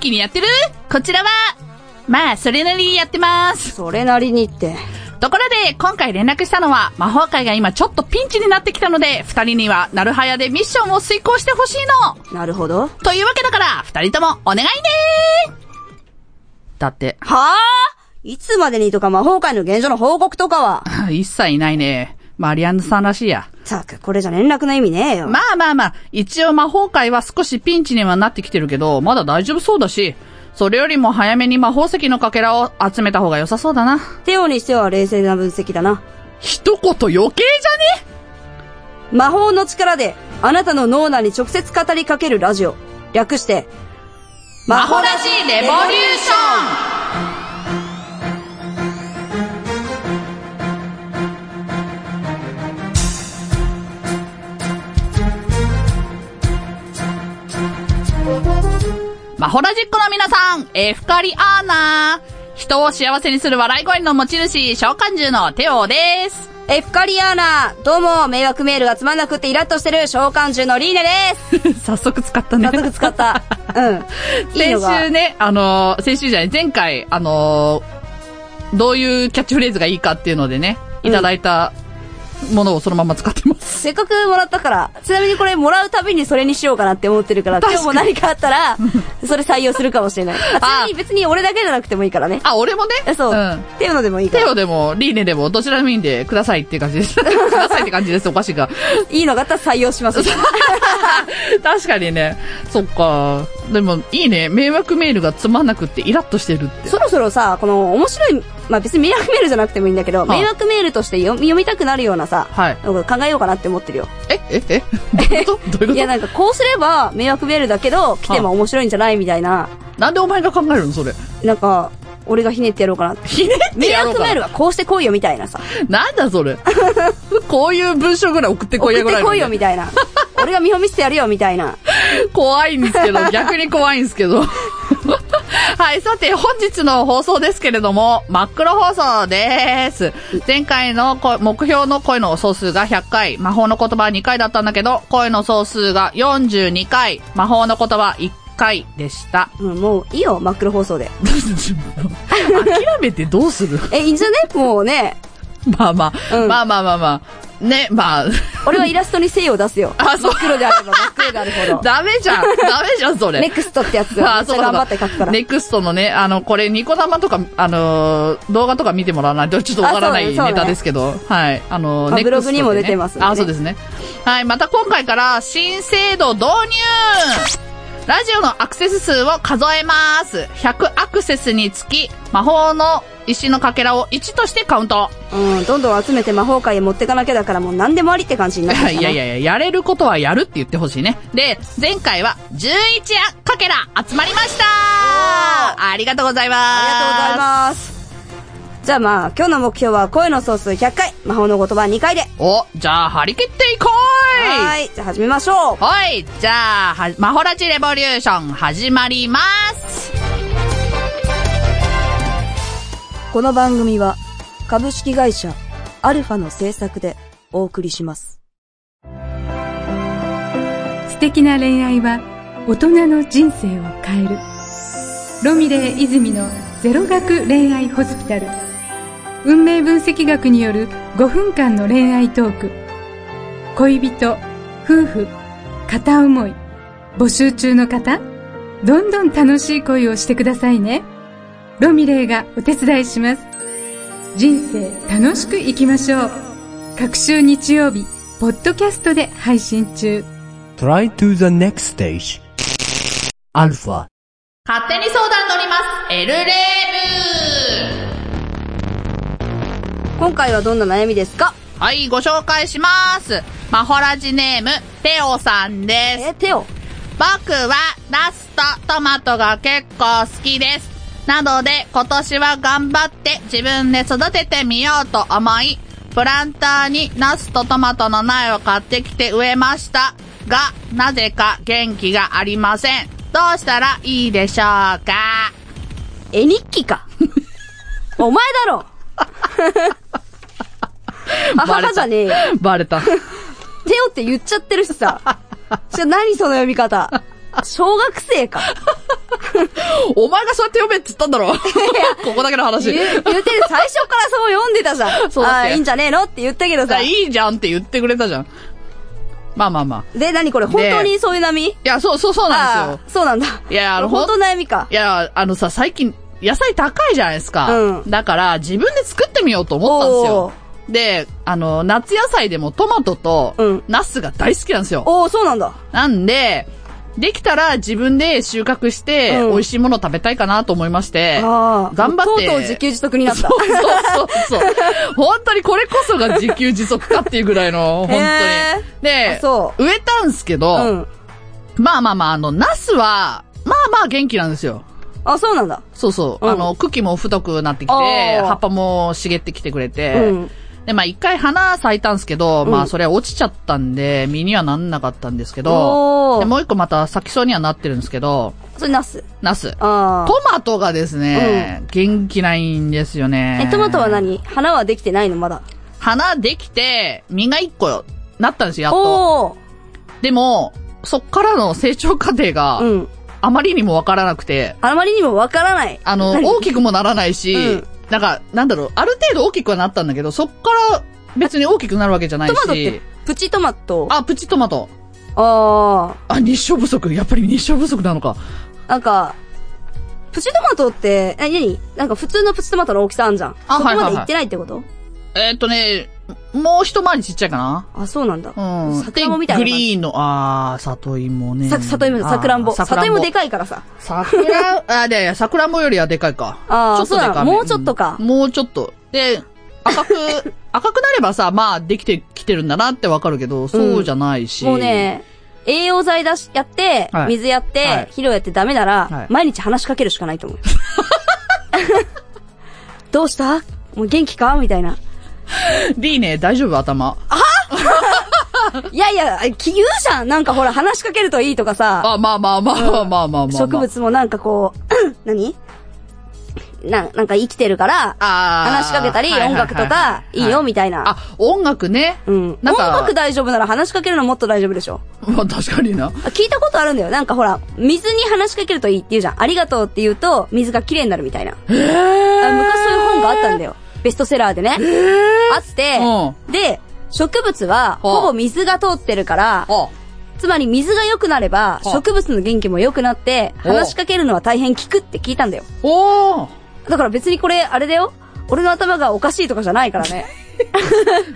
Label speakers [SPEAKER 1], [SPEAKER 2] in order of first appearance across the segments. [SPEAKER 1] 気にやってるこちらは、まあ、それなりにやってます。
[SPEAKER 2] それなりにって。
[SPEAKER 1] ところで、今回連絡したのは、魔法界が今ちょっとピンチになってきたので、二人には、なるはやでミッションを遂行してほしいの
[SPEAKER 2] なるほど。は
[SPEAKER 1] というわけだから、二人ともお願いねだって、
[SPEAKER 2] あいつまでにとか魔法界の現状の報告とかは。
[SPEAKER 1] 一切いないね。マリアンヌさんらしいや。
[SPEAKER 2] ったく、これじゃ連絡の意味ねえよ。
[SPEAKER 1] まあまあまあ、一応魔法界は少しピンチにはなってきてるけど、まだ大丈夫そうだし、それよりも早めに魔法石のかけらを集めた方が良さそうだな。
[SPEAKER 2] テオにしては冷静な分析だな。
[SPEAKER 1] 一言余計じゃね
[SPEAKER 2] 魔法の力で、あなたの脳内に直接語りかけるラジオ。略して、
[SPEAKER 1] 魔法らしいレボリューションマホラジックの皆さん、エフカリアーナー。人を幸せにする笑い声の持ち主、召喚獣のテオです。
[SPEAKER 2] エフカリアーナどうも、迷惑メールがつまんなくってイラッとしてる召喚獣のリーネです。
[SPEAKER 1] 早速使った
[SPEAKER 2] 早速 使った。うん。いい
[SPEAKER 1] 先
[SPEAKER 2] のが
[SPEAKER 1] 週ね、あのー、先週じゃない、前回、あのー、どういうキャッチフレーズがいいかっていうのでね、いただいたものをそのまま使って ます。
[SPEAKER 2] せっかくもらったから、ちなみにこれもらうたびにそれにしようかなって思ってるから、
[SPEAKER 1] 確かに
[SPEAKER 2] 今日も何かあっ たら、それ採用するかもしれない。あちなみに別に俺だけじゃなくてもいいからね。
[SPEAKER 1] あ、俺もね。
[SPEAKER 2] そう。
[SPEAKER 1] ん。
[SPEAKER 2] っていうのでもいいか
[SPEAKER 1] テ
[SPEAKER 2] ら。
[SPEAKER 1] オでも、リーネでも、どちらでもいいん で、くださいっていう感じです。くださいって感じです、お菓子が。
[SPEAKER 2] いいのがあったら採用します。
[SPEAKER 1] 確かにね。そっか。でも、いいね。迷惑メールがつまんなくって、イラッとしてるって。
[SPEAKER 2] そろそろさ、この面白い、まあ別に迷惑メールじゃなくてもいいんだけど、
[SPEAKER 1] い
[SPEAKER 2] 迷惑メールとして読み読みたくなるようなさ、
[SPEAKER 1] はい
[SPEAKER 2] 考えようかなって思ってるよ。
[SPEAKER 1] えええどういうこと どういう
[SPEAKER 2] いや
[SPEAKER 1] こ
[SPEAKER 2] なんかこうすれば迷惑メールだけど、来ても面白いんじゃないみたいな、
[SPEAKER 1] となんでお前が考えるのそれ。
[SPEAKER 2] なんか、俺がひねってやろうかなって。
[SPEAKER 1] ひねって
[SPEAKER 2] 迷
[SPEAKER 1] やろう
[SPEAKER 2] 惑
[SPEAKER 1] かな
[SPEAKER 2] メールはこうしてこいよみたいなさ。
[SPEAKER 1] なんだそれ。 こういう文章ぐらい送ってこい
[SPEAKER 2] 送
[SPEAKER 1] や
[SPEAKER 2] っ
[SPEAKER 1] ぐらい
[SPEAKER 2] て
[SPEAKER 1] の
[SPEAKER 2] こ
[SPEAKER 1] ね、
[SPEAKER 2] いよみたいな。俺が見本見せてやるよみたいな。
[SPEAKER 1] 怖いんですけど、逆に怖いんですけ ど。はい、さて、本日の放送ですけれども、真っ黒放送です。前回のこ目標の声の総数が100回、魔法の言葉は2回だったんだけど、声の総数が42回、魔法の言葉1回でした。
[SPEAKER 2] うん、もういいよ、真っ黒放送で。
[SPEAKER 1] 諦めてどうする
[SPEAKER 2] え、いいんじゃねもうね、
[SPEAKER 1] まあまあ、
[SPEAKER 2] うん
[SPEAKER 1] まあまあまあまあ。ね、まあ。
[SPEAKER 2] 俺はイラストに精を出すよ。
[SPEAKER 1] あそう
[SPEAKER 2] 真っ黒であれば真っ黒で あるほど。
[SPEAKER 1] ダメじゃん。ダメじゃん、それ。
[SPEAKER 2] ネクストってやつ。めっち
[SPEAKER 1] あ
[SPEAKER 2] ゃ
[SPEAKER 1] ーそうだ
[SPEAKER 2] 頑張って書くから。
[SPEAKER 1] ネクストのね、あの、これ、ニコ生とか、あのー動画とか見てもらわないと、ちょっとわからな
[SPEAKER 2] あそ
[SPEAKER 1] いう
[SPEAKER 2] だね
[SPEAKER 1] ネタですけど、はい。あのー
[SPEAKER 2] まあ
[SPEAKER 1] ネクストでね
[SPEAKER 2] ブログにも出てますんでね
[SPEAKER 1] あ、そうですね。はい。また今回から、新制度導入ラジオのアクセス数を数えます。100アクセスにつき、魔法の石のかけらを1としてカウント。
[SPEAKER 2] うん、どんどん集めて魔法界へ持ってかなきゃだからもう何でもありって感じになってきた
[SPEAKER 1] い
[SPEAKER 2] な
[SPEAKER 1] やいやいや、やれることはやるって言ってほしいね。で、前回は11かけら集まりましたありがとうございます
[SPEAKER 2] ありがとうございます。じゃあまあ、今日の目標は声の総数100回、魔法の言葉2回で。
[SPEAKER 1] お、じゃあ張り切っていこうい
[SPEAKER 2] は
[SPEAKER 1] はい。
[SPEAKER 2] ーい。じゃあ始めましょう。
[SPEAKER 1] じゃあ、は、マホラチレボリューション始まります
[SPEAKER 2] この番組は、株式会社、アルファの制作でお送りします。
[SPEAKER 3] 素敵な恋愛は大人の人生を変えるロミレー泉のゼロ学恋愛ホスピタル運命分析学による5分間の恋愛トーク恋人夫婦片思い募集中の方どんどん楽しい恋をしてくださいねロミレーがお手伝いします人生楽しく生きましょう各週日曜日ポッドキャストで配信中
[SPEAKER 4] Try to the next stage. Alpha.
[SPEAKER 1] 勝手に相談乗りますエルレー
[SPEAKER 2] 今回はどんな悩みですか
[SPEAKER 1] ルはい、ご紹介しますマホラジネーム、テオさんです
[SPEAKER 2] え、手を。
[SPEAKER 1] 僕はナスとトマトが結構好きです。なので今年は頑張って自分で育ててみようと思い、プランターにナスとトマトの苗を買ってきて植えましたが、なぜか元気がありません。どうしたらいいでしょうか
[SPEAKER 2] 絵日記か。 お前だろあははじゃねえよ。
[SPEAKER 1] バレた。
[SPEAKER 2] 手をって言っちゃってるしさ。じゃ、何その読み方。小学生か。
[SPEAKER 1] お前がそうやって読めって言ったんだろ。 ここだけの話。
[SPEAKER 2] 言う言ってる、最初からそう読んでたじゃん。
[SPEAKER 1] そうだっ
[SPEAKER 2] あ
[SPEAKER 1] け
[SPEAKER 2] ーいいんじゃねえのって言ったけどさ
[SPEAKER 1] い。いじゃんって言ってくれたじゃん。まあまあまあ。
[SPEAKER 2] で、何これ本当にそういう波
[SPEAKER 1] いや、そうそうそうなん
[SPEAKER 2] あ
[SPEAKER 1] です
[SPEAKER 2] あ、そうなんだ。
[SPEAKER 1] よ。いや、あの、ほん
[SPEAKER 2] 本当の悩みか
[SPEAKER 1] い。や、あのさ、最近、野菜高いじゃないですか。
[SPEAKER 2] うん
[SPEAKER 1] だから、自分で作ってみようと思ったんですよ。で、あの、夏野菜でもトマトと
[SPEAKER 2] うん、
[SPEAKER 1] ナスが大好きなんですよ。
[SPEAKER 2] おおそうなんだ。
[SPEAKER 1] なんで、できたら自分で収穫して、
[SPEAKER 2] うん
[SPEAKER 1] 美味しいもの食べたいかなと思いまして、
[SPEAKER 2] ああ。
[SPEAKER 1] 頑張って
[SPEAKER 2] とうとう自給自足になった。
[SPEAKER 1] そうそうそう そう。本当にこれこそが自給自足かっていうぐらいの、本当に。
[SPEAKER 2] へあ
[SPEAKER 1] で、
[SPEAKER 2] そ
[SPEAKER 1] 植えたんすけど、
[SPEAKER 2] う。うん。
[SPEAKER 1] まあまあまあ、あの、ナスは、まあまあ元気なんですよ。
[SPEAKER 2] あ、そうなんだ。
[SPEAKER 1] そうそう。
[SPEAKER 2] うん
[SPEAKER 1] あの、茎も太くなってきて、
[SPEAKER 2] あー
[SPEAKER 1] 葉っぱも茂ってきてくれて、
[SPEAKER 2] うん。
[SPEAKER 1] で、まあ一回花咲いたんすけど、
[SPEAKER 2] うん
[SPEAKER 1] まあそれは落ちちゃったんで、実にはなんなかったんですけ
[SPEAKER 2] お
[SPEAKER 1] ど、
[SPEAKER 2] ー
[SPEAKER 1] でもう一個また咲きそうにはなってるんですけど、
[SPEAKER 2] それナス。
[SPEAKER 1] ナス。
[SPEAKER 2] ああ。
[SPEAKER 1] トマトがですね、元気ないんですよね。
[SPEAKER 2] え、トマトは何花はできてないのまだ。
[SPEAKER 1] 花できて、実が一個なったんですよ、やっと。
[SPEAKER 2] おお
[SPEAKER 1] でも、そっからの成長過程が、
[SPEAKER 2] うん。
[SPEAKER 1] あまりにもわからなくて、
[SPEAKER 2] あまりにもわからない。
[SPEAKER 1] あの、
[SPEAKER 2] 何
[SPEAKER 1] 大きくもならないし、
[SPEAKER 2] うん
[SPEAKER 1] なんか、なんだろう、ある程度大きくはなったんだけど、そっから別に大きくなるわけじゃない
[SPEAKER 2] トマトって
[SPEAKER 1] し。、
[SPEAKER 2] プチトマト。
[SPEAKER 1] あ、プチトマト。
[SPEAKER 2] あ
[SPEAKER 1] あ、日照不足。やっぱり日照不足なのか。
[SPEAKER 2] あ。なんか、プチトマトって、え、何なんか普通のプチトマトの大きさあんじゃん。
[SPEAKER 1] あ
[SPEAKER 2] そこ
[SPEAKER 1] はいは
[SPEAKER 2] ま
[SPEAKER 1] いは
[SPEAKER 2] で
[SPEAKER 1] い
[SPEAKER 2] いってないってこと
[SPEAKER 1] えーっとね、もう一回りちっちゃいかな。
[SPEAKER 2] あ、そうなんだ。
[SPEAKER 1] うん。
[SPEAKER 2] 桜芋みたい
[SPEAKER 1] で
[SPEAKER 2] な
[SPEAKER 1] グ
[SPEAKER 2] 感じ。
[SPEAKER 1] リーンの、あー、里芋ね。
[SPEAKER 2] さ、里芋、
[SPEAKER 1] あー
[SPEAKER 2] 桜んぼ。里芋でかいからさ。
[SPEAKER 1] 桜、あ、いやいや、桜もよりはでかいか。
[SPEAKER 2] あー
[SPEAKER 1] ちょっとでかめ
[SPEAKER 2] そうなのもうちょっとか
[SPEAKER 1] うんもうちょっと。で、赤く、 赤くなればさ、まあ、できてきてるんだなってわかるけど、そうじゃないし。
[SPEAKER 2] もう。ね、栄養剤出し、やって
[SPEAKER 1] は、い
[SPEAKER 2] 水やっ
[SPEAKER 1] はい
[SPEAKER 2] て、肥料やってダメな
[SPEAKER 1] はい
[SPEAKER 2] ら、毎日話しかけるしかない と思う。どうしたもう元気かみたいな。
[SPEAKER 1] リーね、大丈夫頭。
[SPEAKER 2] いやいや、気言うじゃんなんかほら、話しかけるといいとかさ、
[SPEAKER 1] あ、まあまあまあまあまあまあまあ。
[SPEAKER 2] 植。物もなんかこう、 何な、なんか生きてるから、
[SPEAKER 1] あー
[SPEAKER 2] 話しかけたり、
[SPEAKER 1] はいはい
[SPEAKER 2] 音
[SPEAKER 1] はい
[SPEAKER 2] 楽とか、いいよ、みたいな。
[SPEAKER 1] あ、音楽ね。
[SPEAKER 2] うん。音
[SPEAKER 1] なんか
[SPEAKER 2] 楽大丈夫なら話しかけるのもっと大丈夫でしょ
[SPEAKER 1] まあ確かにな。
[SPEAKER 2] あ聞いたことあるんだよ。なんかほら、水に話しかけるといいって言うじゃん。ありがとうって言うと、水がきれいになるみたいな。あ昔そういう本があったんだよ。ベストセラーでね。あって、で、植物は、
[SPEAKER 1] はあ
[SPEAKER 2] ほぼ水が通ってるから、
[SPEAKER 1] あ、
[SPEAKER 2] つまり水が良くなれば、
[SPEAKER 1] あ
[SPEAKER 2] 植物の元気も良くなって、
[SPEAKER 1] お
[SPEAKER 2] 話しかけるのは大変効くって聞いたんだよ。
[SPEAKER 1] おー
[SPEAKER 2] だから別にこれ、あれだよ。俺の頭がおかしいとかじゃな いからね。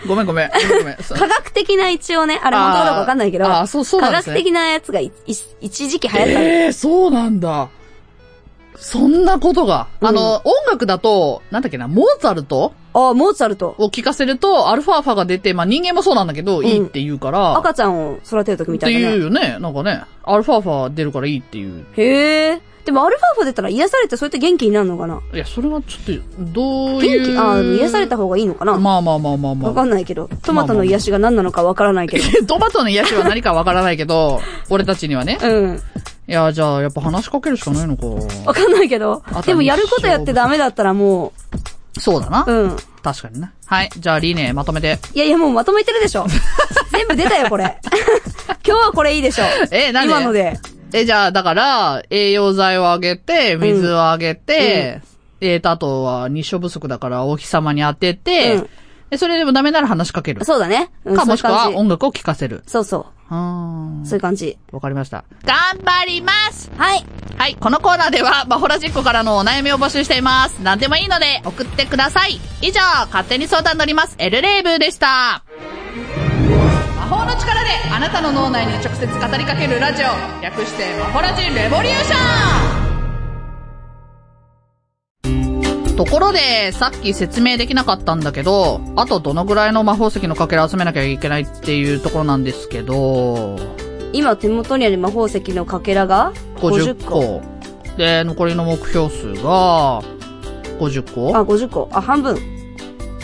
[SPEAKER 1] ごめんごめん。ごめん ごめん。
[SPEAKER 2] 科学的な一応ね、あれ
[SPEAKER 1] あー
[SPEAKER 2] 本当かどうかわかんないけど、
[SPEAKER 1] あーそうそうなん
[SPEAKER 2] 科
[SPEAKER 1] ですね
[SPEAKER 2] 学的なやつがいい一時期流行ったの
[SPEAKER 1] ええー、そうなんだ。そんなことが。
[SPEAKER 2] うん
[SPEAKER 1] あの、音楽だと、なんだっけな、モーツァルト
[SPEAKER 2] ああ、モーツァルト。
[SPEAKER 1] を聴かせると、アルファーファが出て、まあ人間もそうなんだけど、
[SPEAKER 2] ん
[SPEAKER 1] いいって言うから、っ
[SPEAKER 2] 赤ちゃんを育てるときみた
[SPEAKER 1] て
[SPEAKER 2] いな、
[SPEAKER 1] 言う
[SPEAKER 2] ね。
[SPEAKER 1] よね。なんかね、アルファーファ出るからいいっていう。
[SPEAKER 2] へえ。でもアルファーファ出たら癒されてそうやって元気になるのかない
[SPEAKER 1] や、それはちょっと、どういう。
[SPEAKER 2] 元気、ああ、癒された方がいいのかなわ、
[SPEAKER 1] まあまあまあまあまあ。
[SPEAKER 2] かんないけど。トマトの癒しが何なのかわからないけ ど。
[SPEAKER 1] トマトの癒しは何かわからないけど、俺たちにはね。
[SPEAKER 2] うん。
[SPEAKER 1] いや、じゃあ、やっぱ話しかけるしかないのか。
[SPEAKER 2] わかんないけど
[SPEAKER 1] あと。
[SPEAKER 2] でもやることやってダメだったらも
[SPEAKER 1] そうだな。
[SPEAKER 2] う、うん。
[SPEAKER 1] 確かにね。はい。じゃあ、リーネ、まとめて。
[SPEAKER 2] いやいやもうまとめてる でしょ。全部出たよ、これ。 今日はこれいいでしょ。
[SPEAKER 1] えなんで
[SPEAKER 2] 今ので。
[SPEAKER 1] え、じゃあ、だから、栄養剤をあげて、水をあげて、えーと、あとは日照不足だからお日様に当てて、
[SPEAKER 2] うん
[SPEAKER 1] でそれでもダメなら話しかける。
[SPEAKER 2] そうだね。うん、
[SPEAKER 1] か、
[SPEAKER 2] そうい
[SPEAKER 1] も
[SPEAKER 2] う
[SPEAKER 1] しくは
[SPEAKER 2] 感じ。
[SPEAKER 1] 音楽を聴かせる。
[SPEAKER 2] そうそう
[SPEAKER 1] ーん
[SPEAKER 2] う。。そういう感じ。
[SPEAKER 1] わかりました。頑張ります
[SPEAKER 2] はい。
[SPEAKER 1] はい、このコーナーでは、まほらじっこからのお悩みを募集しています。何でもいいので、送ってください。以上、勝手に相談乗ります、エルレーブでした。魔法の力で、あなたの脳内に直接語りかけるラジオ。略して、魔法ラジレボリューションところで、さっき説明できなかったんだけど、あとどのぐらいの魔法石のかけら集めなきゃいけないっていうところなんですけど、
[SPEAKER 2] 今手元にある魔法石のかけらが
[SPEAKER 1] 50個。で、残りの目標数が、50個
[SPEAKER 2] あ、
[SPEAKER 1] あ
[SPEAKER 2] 50個。あ、半分。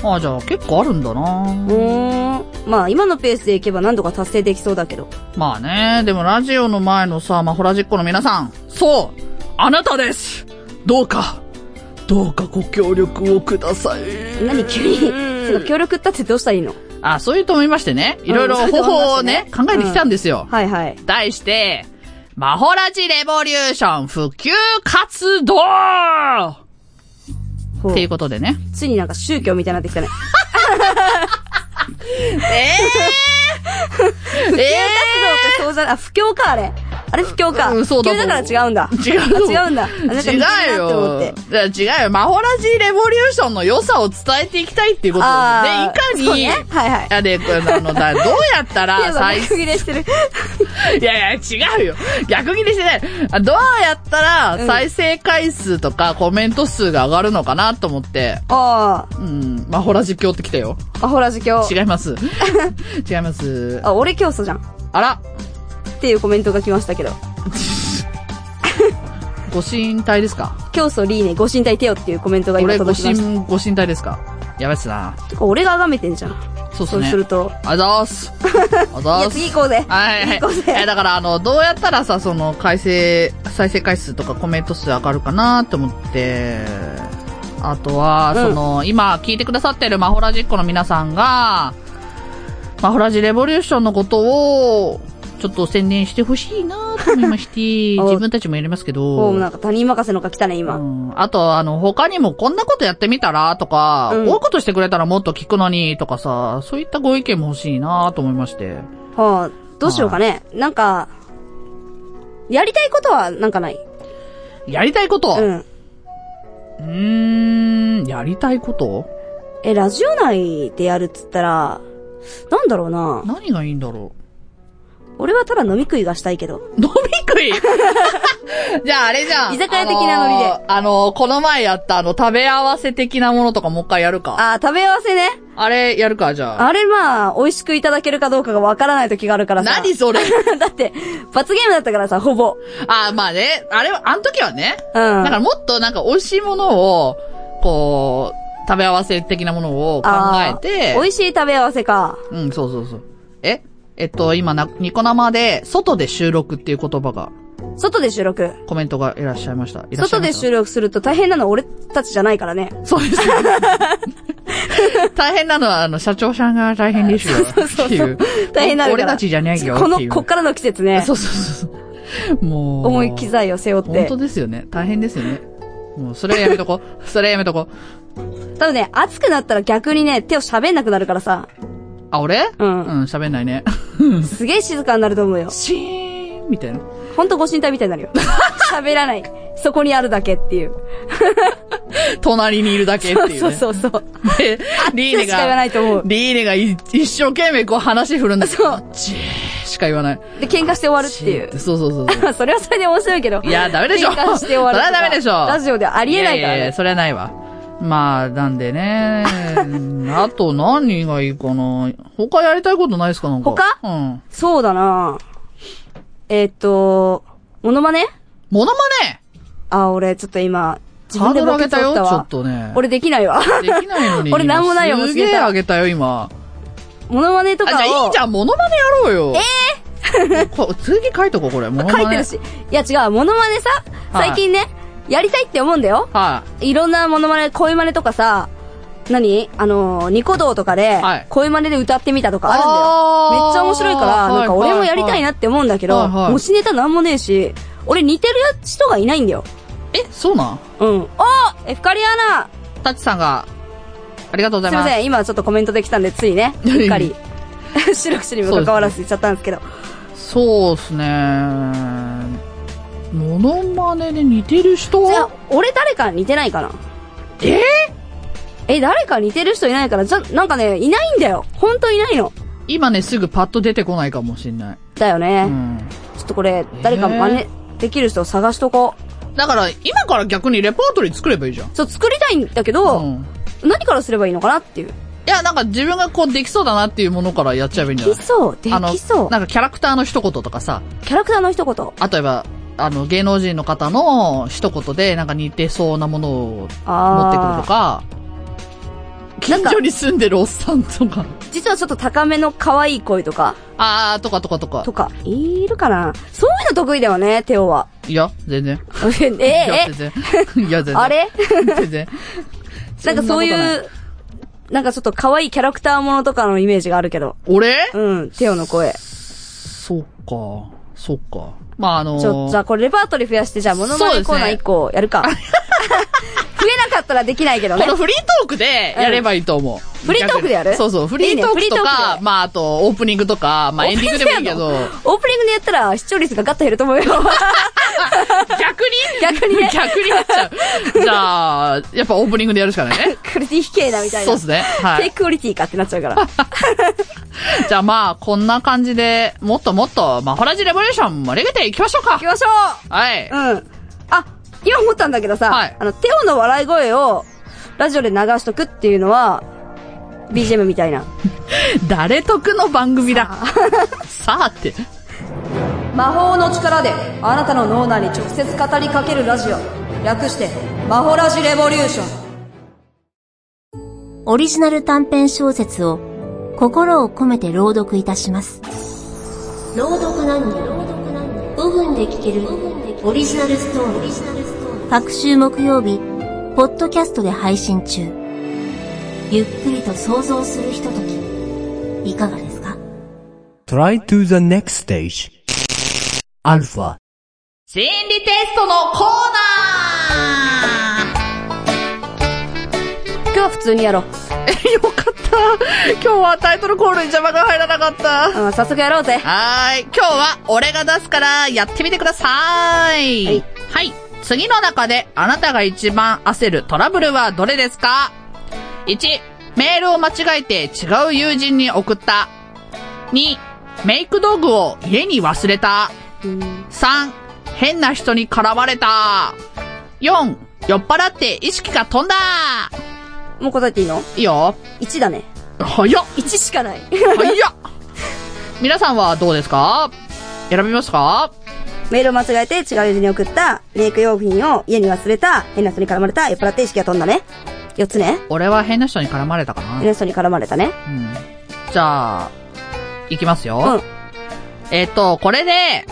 [SPEAKER 1] じゃあ結構あるんだ
[SPEAKER 2] う
[SPEAKER 1] な
[SPEAKER 2] ーん。まあ、今のペースでいけば何度か達成できそうだけど。
[SPEAKER 1] まあね、でもラジオの前のさ、まあ、ホラジっ子の皆さん、そうあなたですどうか、どうかご協力をください。
[SPEAKER 2] 何急に、その協力ったってどうしたらいいの
[SPEAKER 1] あ、そういうと思いましてね、いろいろ
[SPEAKER 2] うん
[SPEAKER 1] 方法をね、
[SPEAKER 2] そう
[SPEAKER 1] 考
[SPEAKER 2] いうと思
[SPEAKER 1] え
[SPEAKER 2] いましてね
[SPEAKER 1] てきたんですよ。
[SPEAKER 2] はいはい。
[SPEAKER 1] 題して、マホラジレボリューション普及活動
[SPEAKER 2] ほう
[SPEAKER 1] っていうことでね。
[SPEAKER 2] ついになんか宗教みたいになってきたね。
[SPEAKER 1] えええ
[SPEAKER 2] 不教活動って当然、あ、不教か、あれ。あれ不教か。
[SPEAKER 1] うんそうだ
[SPEAKER 2] 不教
[SPEAKER 1] と思う
[SPEAKER 2] だから違うんだ。
[SPEAKER 1] 違う
[SPEAKER 2] あ違うんだ。あ なんか似てるな
[SPEAKER 1] 違う
[SPEAKER 2] って思っ
[SPEAKER 1] よ
[SPEAKER 2] て。。
[SPEAKER 1] いや違うよ。マホラジレボリューションの良さを伝えていきたいっていうこと
[SPEAKER 2] あー
[SPEAKER 1] で、でい
[SPEAKER 2] そ
[SPEAKER 1] か
[SPEAKER 2] う
[SPEAKER 1] に、
[SPEAKER 2] ねはいは
[SPEAKER 1] い
[SPEAKER 2] い
[SPEAKER 1] やで、これあの、だどうやった ら、
[SPEAKER 2] 最
[SPEAKER 1] 最
[SPEAKER 2] 後、区切れしてる。
[SPEAKER 1] いやいや、違うよ。逆切りしてない。あどうやった
[SPEAKER 2] う
[SPEAKER 1] ら、
[SPEAKER 2] ん
[SPEAKER 1] 再生回数とかコメント数が上がるのかなと思って、
[SPEAKER 2] あ
[SPEAKER 1] うん、マホラジ教ってきたよ。
[SPEAKER 2] あ、アホラジ教。
[SPEAKER 1] 違い ます。違います。
[SPEAKER 2] あ、俺教祖じゃん。っ
[SPEAKER 1] あら、
[SPEAKER 2] ていうコメントが来ましたけど。
[SPEAKER 1] ご神体ですか
[SPEAKER 2] 教祖リーネ、ご神体テオっていうコメントが今
[SPEAKER 1] 俺、ご
[SPEAKER 2] 届きました。
[SPEAKER 1] 神、ご神体ですかやばいっすな。
[SPEAKER 2] てか俺が崇めてんじゃん。
[SPEAKER 1] そうっす
[SPEAKER 2] そう
[SPEAKER 1] ね
[SPEAKER 2] す。ると。
[SPEAKER 1] あざーす。あざ
[SPEAKER 2] いや、
[SPEAKER 1] ーす。
[SPEAKER 2] 次行こうぜ。
[SPEAKER 1] はいはい。
[SPEAKER 2] 次行こうぜ
[SPEAKER 1] え、だからあの、どうやったらさ、その、再生、再生回数とかコメント数上がるかなと思って、あとは、
[SPEAKER 2] うん
[SPEAKER 1] その、今聞いてくださってるマホラジっ子の皆さんが、マホラジレボリューションのことを、ちょっと宣伝してほしいなと思いまして
[SPEAKER 2] 、お
[SPEAKER 1] 自分たちもやりますけ
[SPEAKER 2] も
[SPEAKER 1] ど、
[SPEAKER 2] うなんか他人任せのが来たね、
[SPEAKER 1] う
[SPEAKER 2] 今。
[SPEAKER 1] んあと、あの、他にもこんなことやってみたらとか、
[SPEAKER 2] うん
[SPEAKER 1] こういうことしてくれたらもっと聞くのにとかさ、そういったご意見も欲しいなと思いまして。
[SPEAKER 2] はあ、どうしようかね。なんか、やりたいことはなんかない。
[SPEAKER 1] やりたいこと、
[SPEAKER 2] うん。
[SPEAKER 1] うーん、やりたいこと
[SPEAKER 2] え、ラジオ内でやるっつったら、なんだろうな。
[SPEAKER 1] 何がいいんだろ
[SPEAKER 2] 俺はただ飲み食いがしたいけど。
[SPEAKER 1] う飲み食い じゃああれじゃん。
[SPEAKER 2] 居酒屋的なノリで
[SPEAKER 1] あのーあのーこの前やったあの、食べ合わせ的なものとかもう一回やるか。あ
[SPEAKER 2] あー、食べ合わせね。
[SPEAKER 1] れやるか、じゃあ。
[SPEAKER 2] あれまあ、美味しくいただけるかどうかがわからない時があるからさ。
[SPEAKER 1] 何それ
[SPEAKER 2] だって、罰ゲームだったからさ、ほぼ。
[SPEAKER 1] あ、まあね。あれは、あの時はね。
[SPEAKER 2] うん。
[SPEAKER 1] だからもっとなんか美味しいものを、こう、食べ合わせ的なものを考えて。
[SPEAKER 2] あー美味しい食べ合わせか。
[SPEAKER 1] うん、そうそうそう。ええっと、今な、ニコ生で、外で収録っていう言葉が、
[SPEAKER 2] 外で収録。
[SPEAKER 1] コメントがいらっしゃいました。いらっしゃ
[SPEAKER 2] 外
[SPEAKER 1] いま
[SPEAKER 2] で
[SPEAKER 1] した
[SPEAKER 2] 収録すると大変なの俺たちじゃないからね。
[SPEAKER 1] そうですね。大変なのは、あの、社長さんが大変ですよ。っていう。
[SPEAKER 2] 大変なの
[SPEAKER 1] 俺たちじゃねえよって
[SPEAKER 2] こ
[SPEAKER 1] いう。
[SPEAKER 2] の、こっからの季節ね
[SPEAKER 1] そ。うそうそう。もう。
[SPEAKER 2] 重い機材を背負っ
[SPEAKER 1] 本
[SPEAKER 2] て
[SPEAKER 1] 当。ですよね。大変ですよね。もう、それはやめとこ。それはやめとこ。
[SPEAKER 2] 多分ね、暑くなったら逆にね、手を喋んなくなるからさ。
[SPEAKER 1] あ、俺
[SPEAKER 2] うん
[SPEAKER 1] うん、喋んないね。
[SPEAKER 2] すげえ静かになると思うよ。
[SPEAKER 1] シーンみたいな。
[SPEAKER 2] ほんとご神体みたいにな るよ。喋らない。そこにあるだけっていう。
[SPEAKER 1] 隣にいるだけっていう、ね。
[SPEAKER 2] そうそうそう。
[SPEAKER 1] で、リーネ
[SPEAKER 2] しか言わな
[SPEAKER 1] が、
[SPEAKER 2] いと思う。
[SPEAKER 1] リーネがい一生懸命こう話振るんだけど、チーしか言わない。
[SPEAKER 2] で、喧嘩して終わるってい
[SPEAKER 1] チー
[SPEAKER 2] う。
[SPEAKER 1] そうそうそうそう。
[SPEAKER 2] それはそれで面白いけど。
[SPEAKER 1] いや、ダメでしょ。
[SPEAKER 2] 喧嘩して終わるとか。
[SPEAKER 1] それはダメでしょ。
[SPEAKER 2] ラジオではありえないから
[SPEAKER 1] いやいや
[SPEAKER 2] ね
[SPEAKER 1] や。それはないわ。まあ、なんで ね。うんあと何がいいかな。他やりたいことないですかなんか。
[SPEAKER 2] 他
[SPEAKER 1] うん。
[SPEAKER 2] そうだなえーっと、モノマネ
[SPEAKER 1] モノマネ
[SPEAKER 2] あ、俺ちょっと今、自
[SPEAKER 1] ハ
[SPEAKER 2] 分
[SPEAKER 1] ー
[SPEAKER 2] で
[SPEAKER 1] ドル
[SPEAKER 2] ボ
[SPEAKER 1] 上げ
[SPEAKER 2] ケと
[SPEAKER 1] た
[SPEAKER 2] っ
[SPEAKER 1] よ、ち
[SPEAKER 2] た
[SPEAKER 1] ょ
[SPEAKER 2] わ
[SPEAKER 1] っ。とね。
[SPEAKER 2] 俺できないわ。
[SPEAKER 1] できないのに。
[SPEAKER 2] 俺なんもないよ
[SPEAKER 1] 今すげえ
[SPEAKER 2] もうすげえ
[SPEAKER 1] 上げたよ、今。
[SPEAKER 2] モノマネと
[SPEAKER 1] あ、じ
[SPEAKER 2] か
[SPEAKER 1] ゃあい
[SPEAKER 2] を
[SPEAKER 1] いじ。ゃん、モノマネやろうよ。ええ次書いとこう、これ。モノマネ。
[SPEAKER 2] 書いてる。し。いや違う、モノマネさ、
[SPEAKER 1] はい
[SPEAKER 2] 最近ね、やりたいって思うんだよ。
[SPEAKER 1] はい
[SPEAKER 2] ろんなモノマネ、声マネとかさ、何あのー、ニコ動とかで
[SPEAKER 1] はい、
[SPEAKER 2] 声マネで歌ってみたとかあるんだ
[SPEAKER 1] あ
[SPEAKER 2] よ。
[SPEAKER 1] ー
[SPEAKER 2] めっちゃ面白いから、なんか
[SPEAKER 1] はいはい
[SPEAKER 2] 俺
[SPEAKER 1] はい
[SPEAKER 2] もやりたいなって思うんだけ
[SPEAKER 1] は
[SPEAKER 2] ど、
[SPEAKER 1] いはい
[SPEAKER 2] 推しネタなんもねえし、俺似てる人がいないんだよ。
[SPEAKER 1] い。え、そうなん
[SPEAKER 2] うん。おーエフカリアナ
[SPEAKER 1] タッチさんが、ありがとうござい
[SPEAKER 2] すいま
[SPEAKER 1] ます。
[SPEAKER 2] せん、今ちょっとコメントできたんで、ついね、うっか り。収録しにも関わらず言っちゃったんですけど。
[SPEAKER 1] そうですね。モノマネで似てる人
[SPEAKER 2] じゃあ、俺誰か似てないかな
[SPEAKER 1] え
[SPEAKER 2] え、誰か似てる人いないから、じゃ、なんかね、いないんだよ。ほんといないの。
[SPEAKER 1] 今ね、すぐパッと出てこないかもしんない。
[SPEAKER 2] だよね。
[SPEAKER 1] うん。
[SPEAKER 2] ちょっとこれ、誰か真似できる人を探しとこう。
[SPEAKER 1] だから、今から逆にレパートリー作ればいいじゃん。
[SPEAKER 2] ちょっと作りたいんだけど、
[SPEAKER 1] うん。
[SPEAKER 2] 何からすればいいのかなっていう。
[SPEAKER 1] いや、なんか自分がこうできそうだなっていうものからやっちゃえばいいん
[SPEAKER 2] で
[SPEAKER 1] じゃ
[SPEAKER 2] き
[SPEAKER 1] ない
[SPEAKER 2] そう、で
[SPEAKER 1] あの
[SPEAKER 2] きそう。
[SPEAKER 1] なんかキャラクターの一言とかさ、
[SPEAKER 2] キャラクターの一言。
[SPEAKER 1] あとえば、あの、芸能人の方の一言でなんか似てそうなものを持ってくると
[SPEAKER 2] あ
[SPEAKER 1] か、
[SPEAKER 2] なん
[SPEAKER 1] 近
[SPEAKER 2] か
[SPEAKER 1] 所に住んでるおっさんとか、
[SPEAKER 2] ー。実はちょっと高めの可愛い声とか、
[SPEAKER 1] あーとかとかとか
[SPEAKER 2] と。か、いるかなそういうの得意だよね、テオは。
[SPEAKER 1] いや、全然。
[SPEAKER 2] え、
[SPEAKER 1] いや、
[SPEAKER 2] え、
[SPEAKER 1] 全然。いや、全
[SPEAKER 2] え、
[SPEAKER 1] 然。
[SPEAKER 2] あれ
[SPEAKER 1] 全然。
[SPEAKER 2] なんかそうい
[SPEAKER 1] そんなこ
[SPEAKER 2] う、なんかちょっと可愛いキャラクターものとかのイメージがあるけど。
[SPEAKER 1] 俺
[SPEAKER 2] うん、テオの声。
[SPEAKER 1] そうか。そうか。まあ、あのー
[SPEAKER 2] ちょっと、じゃあこれレパートリー増やして、じゃあモノマネコーナー1個や るか。増えなかったらできないけどね
[SPEAKER 1] こ。のフリートークでやればいいと思う。
[SPEAKER 2] フリートークでやる
[SPEAKER 1] そうそう。フリートークと
[SPEAKER 2] いいねフリート
[SPEAKER 1] か
[SPEAKER 2] ー、クで
[SPEAKER 1] まあ、あと、オープニングとか、まあ、エンディングでもいいけど、
[SPEAKER 2] オープニングでやったら視聴率がガッと減ると思うよ。
[SPEAKER 1] 逆に
[SPEAKER 2] 逆にね
[SPEAKER 1] 逆になっちゃう。じゃあ、やっぱオープニングでやるしかないね。
[SPEAKER 2] クオリティ低えなみたいな。
[SPEAKER 1] そうですね。は
[SPEAKER 2] 低
[SPEAKER 1] い。
[SPEAKER 2] クオリティかってなっちゃうから。
[SPEAKER 1] じゃあまあ、こんな感じで、もっともっと、まあ、ホラジレボリューション盛り上げていきましょうか
[SPEAKER 2] 行き。ましょ
[SPEAKER 1] はい。
[SPEAKER 2] ううん。あ、今思ったんだけどさ、
[SPEAKER 1] はい
[SPEAKER 2] あの、テオの笑い声を、ラジオで流しとくっていうのは、BGM みたいな。
[SPEAKER 1] 誰得の番組だ。さあって。
[SPEAKER 2] 魔法の力で、あなたの脳内に直接語りかけるラジオ。略して、魔法ラジレボリューション。
[SPEAKER 5] オリジナル短編小説を心を込めて朗読いたします。朗読なんで5分で聞けるオリジナルストーリー。各週木曜日、ポッドキャストで配信中。ゆっくりと想像するひととき、いかがですか
[SPEAKER 4] Try to the next stage. Alpha.
[SPEAKER 1] 心理テストのコーナ
[SPEAKER 2] 今日は普通にやろう。
[SPEAKER 1] ーよかった。今日はタイトルコールに邪魔が入らなかった。
[SPEAKER 2] うん、早速やろうぜ。
[SPEAKER 1] はーい。今日は俺が出すからやってみてください。はい
[SPEAKER 2] い。
[SPEAKER 1] 次の中であなたが一番焦るトラブルはどれですか ?1、メールを間違えて違う友人に送った。2、メイク道具を家に忘れた。3、変な人に絡まれた。4、酔っ払って意識が飛んだ。
[SPEAKER 2] もう答えていいの
[SPEAKER 1] いいよ。
[SPEAKER 2] ?1 だね。
[SPEAKER 1] 早っ
[SPEAKER 2] 1しかない。
[SPEAKER 1] 早っ皆さんはどうですか選びますか
[SPEAKER 2] メールを間違えて違う友人に送った、メイク用品を家に忘れた、変な人に絡まれた、酔っ払って意識が飛んだね。4つね。
[SPEAKER 1] 俺は変な人に絡まれたかな。
[SPEAKER 2] 変な人に絡まれたね。
[SPEAKER 1] うんじゃあ、いきますよ。
[SPEAKER 2] うん
[SPEAKER 1] えっ、と、これで、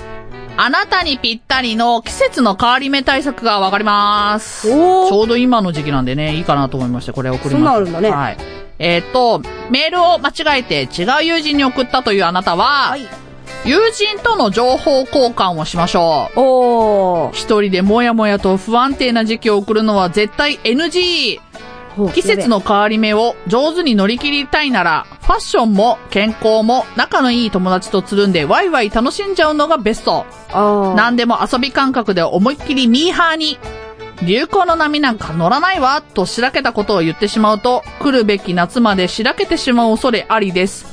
[SPEAKER 1] あなたにぴったりの季節の変わり目対策がわかります。ち
[SPEAKER 2] おー
[SPEAKER 1] ょうど今の時期なんでね、いいかなと思いまして、これ送ります。
[SPEAKER 2] そんなんあるんだね
[SPEAKER 1] はい。えっ、と、メールを間違えて違う友人に送ったというあなたは、
[SPEAKER 2] はい。
[SPEAKER 1] 友人との情報交換をしましょう。
[SPEAKER 2] おー。
[SPEAKER 1] 一人でもやもやと不安定な時期を送るのは絶対 NG! 季節の変わり目を上手に乗り切りたいなら、ファッションも健康も仲のいい友達とつるんでワイワイ楽しんじゃうのがベスト。
[SPEAKER 2] あー
[SPEAKER 1] 何でも遊び感覚で思いっきりミーハーに。流行の波なんか乗らないわ、としらけたことを言ってしまうと、来るべき夏までしらけてしまう恐れありです。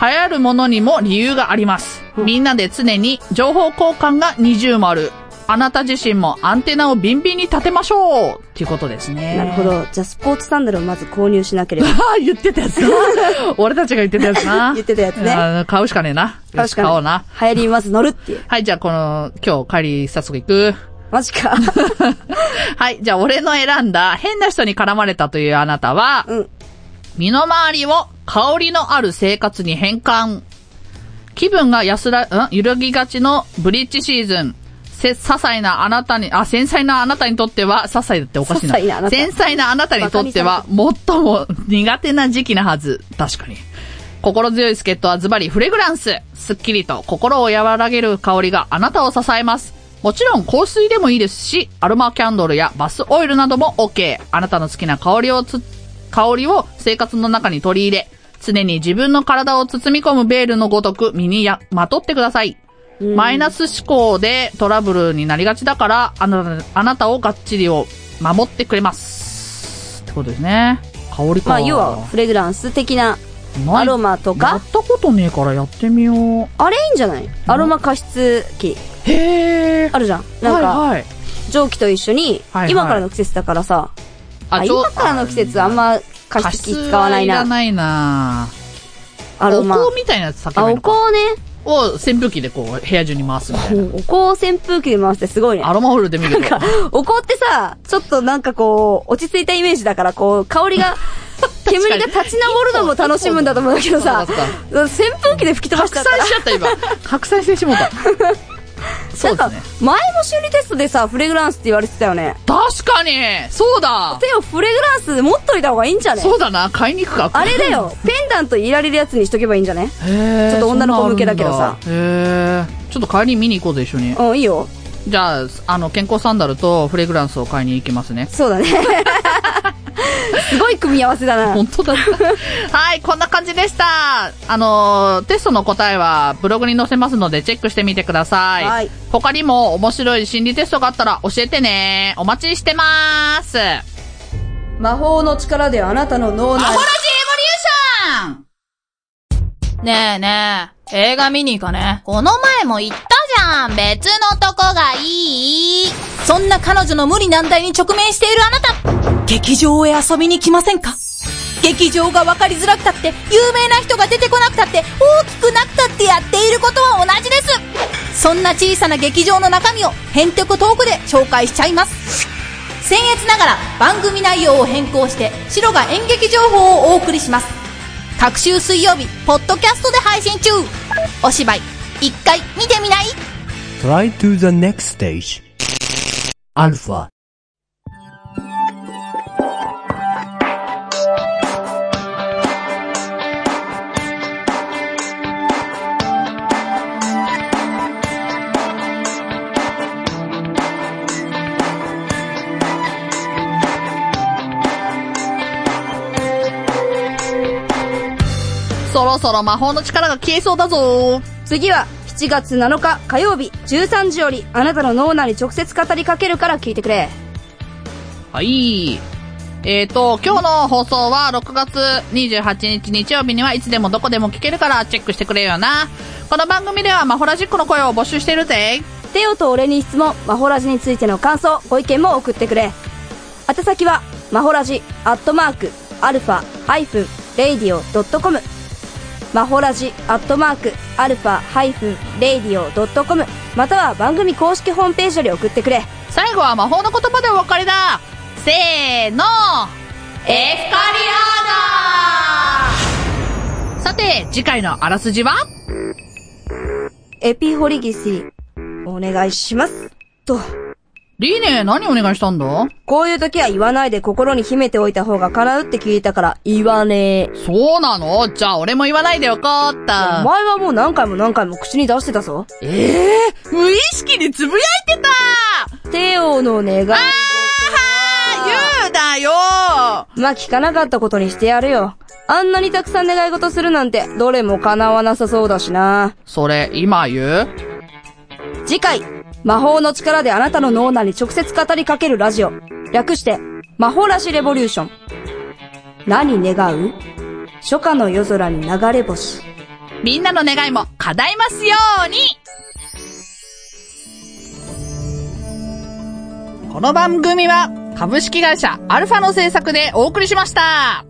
[SPEAKER 1] 流行るものにも理由があります。みんなで常に情報交換が二重丸。あなた自身もアンテナをビンビンに立てましょうっていうことですね。
[SPEAKER 2] なるほど。じゃあ、スポーツサンダルをまず購入しなけ れば。
[SPEAKER 1] ああ、言ってたやつな。俺たちが言ってたやつな。
[SPEAKER 2] 言ってたやつね
[SPEAKER 1] あー買うしかねえな。
[SPEAKER 2] 買うしかない
[SPEAKER 1] 買おうな。
[SPEAKER 2] 流行りにまず乗るっていう。
[SPEAKER 1] はい、じゃあこの、今日帰り早速行く。
[SPEAKER 2] マジか。
[SPEAKER 1] はい、じゃあ俺の選んだ変な人に絡まれたというあなたは、
[SPEAKER 2] うん
[SPEAKER 1] 身の回りを香りのある生活に変換。気分が安ら、ん揺らぎがちのブリッジシーズン。せ、些細なあなたに、あ、繊細なあなたにとっては、些細だっておかしいな。
[SPEAKER 2] 些細なあなた
[SPEAKER 1] 繊細なあなたにとっては、最も苦手な時期なはず。確かに。心強い助っ人はズバリフレグランス。すっきりと心を和らげる香りがあなたを支えます。もちろん香水でもいいですし、アロマキャンドルやバスオイルなども OK。あなたの好きな香りをつ、香りを生活の中に取り入れ、常に自分の体を包み込むベールのごとく身にやまとってください。マイナス思考でトラブルになりがちだから、あなたあなたをがっちりを守ってくれます。ってことですね。香りか。
[SPEAKER 2] まあ、要は、フレグランス的な。
[SPEAKER 1] ない
[SPEAKER 2] アロマとか
[SPEAKER 1] やったことねえからやってみよう。
[SPEAKER 2] あれいいんじゃないアロマ加湿器。
[SPEAKER 1] へえ。
[SPEAKER 2] あるじゃん。なん
[SPEAKER 1] は
[SPEAKER 2] か、
[SPEAKER 1] いはい。
[SPEAKER 2] 蒸気と一緒に
[SPEAKER 1] はいは、い
[SPEAKER 2] 今からの季節だからさ。あ、
[SPEAKER 1] ちょ
[SPEAKER 2] 今からの季節あんま加湿器使わ
[SPEAKER 1] 加湿は
[SPEAKER 2] ない
[SPEAKER 1] いら
[SPEAKER 2] な。
[SPEAKER 1] ないな
[SPEAKER 2] アロマ。
[SPEAKER 1] お香みたいなやつ叫
[SPEAKER 2] あ、
[SPEAKER 1] べ
[SPEAKER 2] お
[SPEAKER 1] るか。
[SPEAKER 2] 香ね。
[SPEAKER 1] を扇風機でこう、部屋中に回すみたいな。
[SPEAKER 2] お香扇風機で回してすごいね
[SPEAKER 1] ア。ロマオイルで見ると。
[SPEAKER 2] お香ってさ、ちょっとなんかこう、落ち着いたイメージだから、こう、香り が、煙が立ち上るのも楽しむんだと思うんだけどさ、
[SPEAKER 1] そう
[SPEAKER 2] 扇
[SPEAKER 1] だそう
[SPEAKER 2] 風機で吹き飛ばし
[SPEAKER 1] 拡
[SPEAKER 2] ちゃ
[SPEAKER 1] 散
[SPEAKER 2] ったら
[SPEAKER 1] し、ちゃった今。拡散してしもうた。そうですね
[SPEAKER 2] なんか、前も心理テストでさ、フレグランスって言われてたよね。
[SPEAKER 1] 確かにそうだ
[SPEAKER 2] てよ、フレグランス持っといた方がいいんじゃね
[SPEAKER 1] そうだな、買いに行くか。
[SPEAKER 2] あれだ よ、ペンダントいられるやつにしとけばいいんじゃね
[SPEAKER 1] へー。
[SPEAKER 2] ちょっと女の子向けだけどさ
[SPEAKER 1] そんなんあるんだ。へえ。ちょっと帰り見に行こうぜ、一緒に。
[SPEAKER 2] うん、いいよ。
[SPEAKER 1] じゃあ、あの、健康サンダルとフレグランスを買いに行き ますね。
[SPEAKER 2] そうだね。すごい組み合わせだな。
[SPEAKER 1] 本当だ。 はい、こんな感じでした。あのー、テストの答えはブログに載せますのでチェックしてみてください。
[SPEAKER 2] はい
[SPEAKER 1] 他にも面白い心理テストがあったら教えてね。お待ちしてまーす。アホラジ
[SPEAKER 2] 魔法の力であなたの脳
[SPEAKER 1] エボ
[SPEAKER 2] 内
[SPEAKER 1] リューション
[SPEAKER 6] ねえねえ、映画見に行かね。
[SPEAKER 7] この前も言ったじゃん別のとこがいい
[SPEAKER 6] そんな彼女の無理難題に直面しているあなた劇場へ遊びに来ませんか劇場が分かりづらくたって、有名な人が出てこなくたって、大きくなくたってやっていることは同じですそんな小さな劇場の中身を、ヘンテコトークで紹介しちゃいます僭越ながら番組内容を変更して、白が演劇情報をお送りします。各週水曜日、ポッドキャストで配信中お芝居、一回見てみない
[SPEAKER 4] Try to the next stage. Alpha.
[SPEAKER 1] そろそろ魔法の力が消えそうだぞ
[SPEAKER 2] 次は7月7日火曜日13時よりあなたの脳内に直接語りかけるから聞いてくれ。
[SPEAKER 1] はい。えっ、と、今日の放送は6月28日日曜日にはいつでもどこでも聞けるからチェックしてくれよな。この番組ではマホラジックの声を募集してるぜ。
[SPEAKER 2] テオと俺に質問、マホラジについての感想、ご意見も送ってくれ。宛先は、マホラジアットマーク、アルファ、ハイフン、レイディオドットコム。マホラジアットマーク、アルファ、ハイフン、レイディオドットコム。または番組公式ホームページより送ってくれ。
[SPEAKER 1] 最後は魔法の言葉でお別れだ。せーのエスカリアーダさて、次回のあらすじは
[SPEAKER 2] エピホリギシー、お願いします。と。
[SPEAKER 1] リーネ、何お願いしたんだ
[SPEAKER 2] こういう時は言わないで心に秘めておいた方が叶うって聞いたから、言わねえ。
[SPEAKER 1] そうなのじゃあ俺も言わないでよかっ
[SPEAKER 2] お
[SPEAKER 1] た。
[SPEAKER 2] 前はもう何回も何回も口に出してたぞ。
[SPEAKER 1] ええ無意識でつぶやいてた
[SPEAKER 2] テオの願い。
[SPEAKER 1] 言うだよ
[SPEAKER 2] まあ、聞かなかったことにしてやるよ。あんなにたくさん願い事するなんて、どれも叶わなさそうだしな。
[SPEAKER 1] それ、今言う
[SPEAKER 2] 次回、魔法の力であなたの脳内に直接語りかけるラジオ。略して、魔法らしレボリューション。何願う初夏の夜空に流れ星。
[SPEAKER 1] みんなの願いも叶いますようにこの番組は株式会社アルファの制作でお送りしました。